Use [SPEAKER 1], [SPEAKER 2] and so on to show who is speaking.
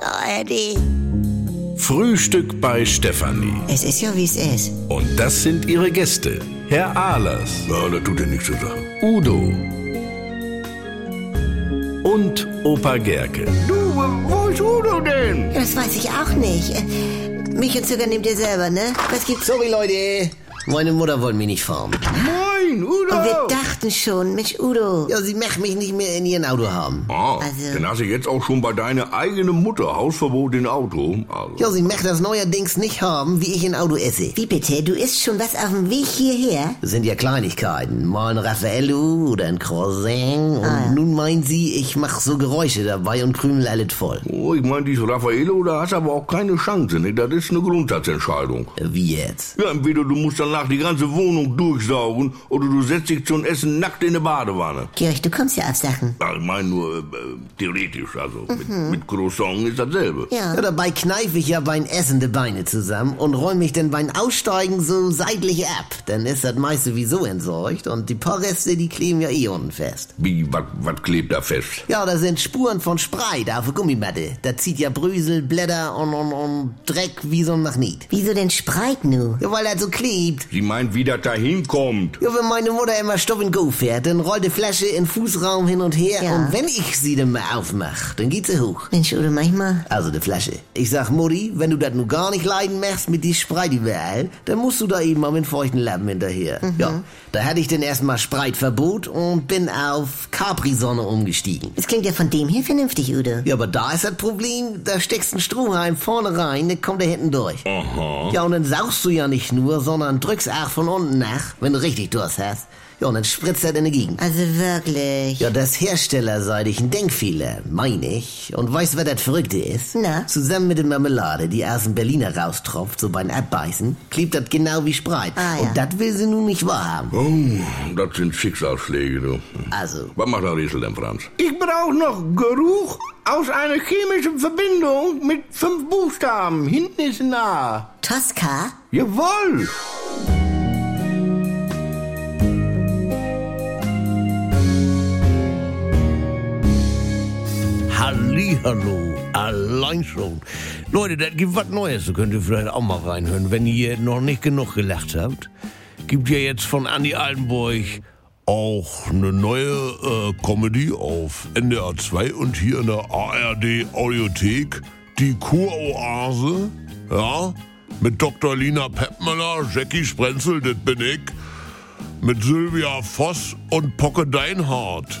[SPEAKER 1] ARD.
[SPEAKER 2] Frühstück bei Stefanie.
[SPEAKER 1] Es ist ja, wie es ist.
[SPEAKER 2] Und das sind ihre Gäste. Herr Ahlers,
[SPEAKER 3] Ja, das tut dir nichts zur Sache.
[SPEAKER 2] Udo und Opa Gerke.
[SPEAKER 3] Du, wo ist Udo denn?
[SPEAKER 1] Ja, das weiß ich auch nicht. Äh, Mich und Zucker nehmt ihr selber, ne? Was gibt's?
[SPEAKER 4] Sorry, Leute. Meine Mutter wollte mich nicht fahren.
[SPEAKER 3] Moin,
[SPEAKER 1] Und wir
[SPEAKER 3] Udo.
[SPEAKER 1] dachten schon, Mensch, Udo.
[SPEAKER 4] Ja, sie möchte mich nicht mehr in ihrem Auto haben.
[SPEAKER 3] Ah,
[SPEAKER 1] Also-
[SPEAKER 3] dann hast du jetzt auch schon bei deiner eigenen Mutter Hausverbot in Auto. Also.
[SPEAKER 4] Ja, sie möchte das neuerdings nicht haben, wie ich ein Auto esse.
[SPEAKER 1] Wie bitte? Du isst schon was auf dem Weg hierher?
[SPEAKER 4] Das sind ja Kleinigkeiten. Mal ein Raffaello oder ein Croissant. Und nun meint sie, ich mache so Geräusche dabei und krümel alles voll.
[SPEAKER 3] Oh, ich meine, dieses Raffaello, da hast du aber auch keine Chance. Ne? Das ist eine Grundsatzentscheidung.
[SPEAKER 4] Wie jetzt?
[SPEAKER 3] Ja, entweder du musst danach die ganze Wohnung durchsaugen oder du setzt dich zum Essen nackt in eine Badewanne.
[SPEAKER 1] Georg, du kommst ja auf Sachen.
[SPEAKER 3] Ja, Ich meine nur äh, äh, theoretisch, also mit, mit Croissant ist dasselbe.
[SPEAKER 1] Ja.
[SPEAKER 4] Ja, dabei kneife ich ja beim Essen die Beine zusammen und räume mich dann beim Aussteigen so seitlich ab. Dann ist das meist sowieso entsorgt und die paar Reste, die kleben ja eh unten fest.
[SPEAKER 3] Wie, was klebt da fest?
[SPEAKER 4] Ja, da sind Spuren von Sprei da auf der Gummimatte. Da zieht ja Brösel, Blätter und, und, und Dreck wie so ein Magnet.
[SPEAKER 1] Wieso denn Spreit nu?
[SPEAKER 4] Ja, weil er so klebt.
[SPEAKER 3] Sie meint, wie das da hinkommt.
[SPEAKER 4] Ja, wenn meine Mutter immer Stopp and Go fährt, dann rollt die Flasche in den Fußraum hin und her.
[SPEAKER 1] Ja.
[SPEAKER 4] Und wenn ich sie dann mal aufmach, dann geht sie hoch.
[SPEAKER 1] Mensch, Udo, manchmal.
[SPEAKER 4] Also die Flasche. Ich sag, Mutti, wenn du das nun gar nicht leiden machst mit die Spreit überall, dann musst du da eben mal mit feuchten Lappen hinterher. Ja, da hatte ich dann erstmal Spreitverbot und bin auf Capri-Sonne umgestiegen.
[SPEAKER 1] Das klingt ja von dem her vernünftig, Udo.
[SPEAKER 4] Ja, aber da ist das Problem, da steckst einen Strohhalm vorne rein, dann kommt er hinten durch. Ja, und dann saugst du ja nicht nur, sondern drückst auch von unten nach, wenn du richtig Durst hast. Ja, und dann spritzt er in die Gegend.
[SPEAKER 1] Also wirklich.
[SPEAKER 4] Ja, das herstellerseitig ein Denkfehler, meine ich. Und weißt du, wer das Verrückte ist?
[SPEAKER 1] Na?
[SPEAKER 4] Zusammen mit der Marmelade, die aus dem Berliner raustropft, so beim Abbeißen, klebt das genau wie Spreit.
[SPEAKER 1] Ah, ja.
[SPEAKER 4] Und das will sie nun nicht wahrhaben.
[SPEAKER 3] Oh, das sind Schicksalsschläge, du.
[SPEAKER 4] Also,
[SPEAKER 3] Was macht der Riesel denn, Franz? Ich brauche noch Geruch aus einer chemischen Verbindung mit fünf Buchstaben. Hinten ist nah.
[SPEAKER 1] Tosca?
[SPEAKER 3] Jawohl!
[SPEAKER 5] Hallihallo, allein schon. Leute, das gibt was Neues, da könnt ihr vielleicht auch mal reinhören, wenn ihr noch nicht genug gelacht habt. Gibt ja jetzt von Andy Altenburg auch eine neue äh, Comedy auf NDR 2 und hier in der ARD Audiothek, die Kuroase, ja, mit Dr. Lina Peppmüller, Jackie Sprenzel, das bin ich mit Sylvia Voss und Pocke Deinhardt.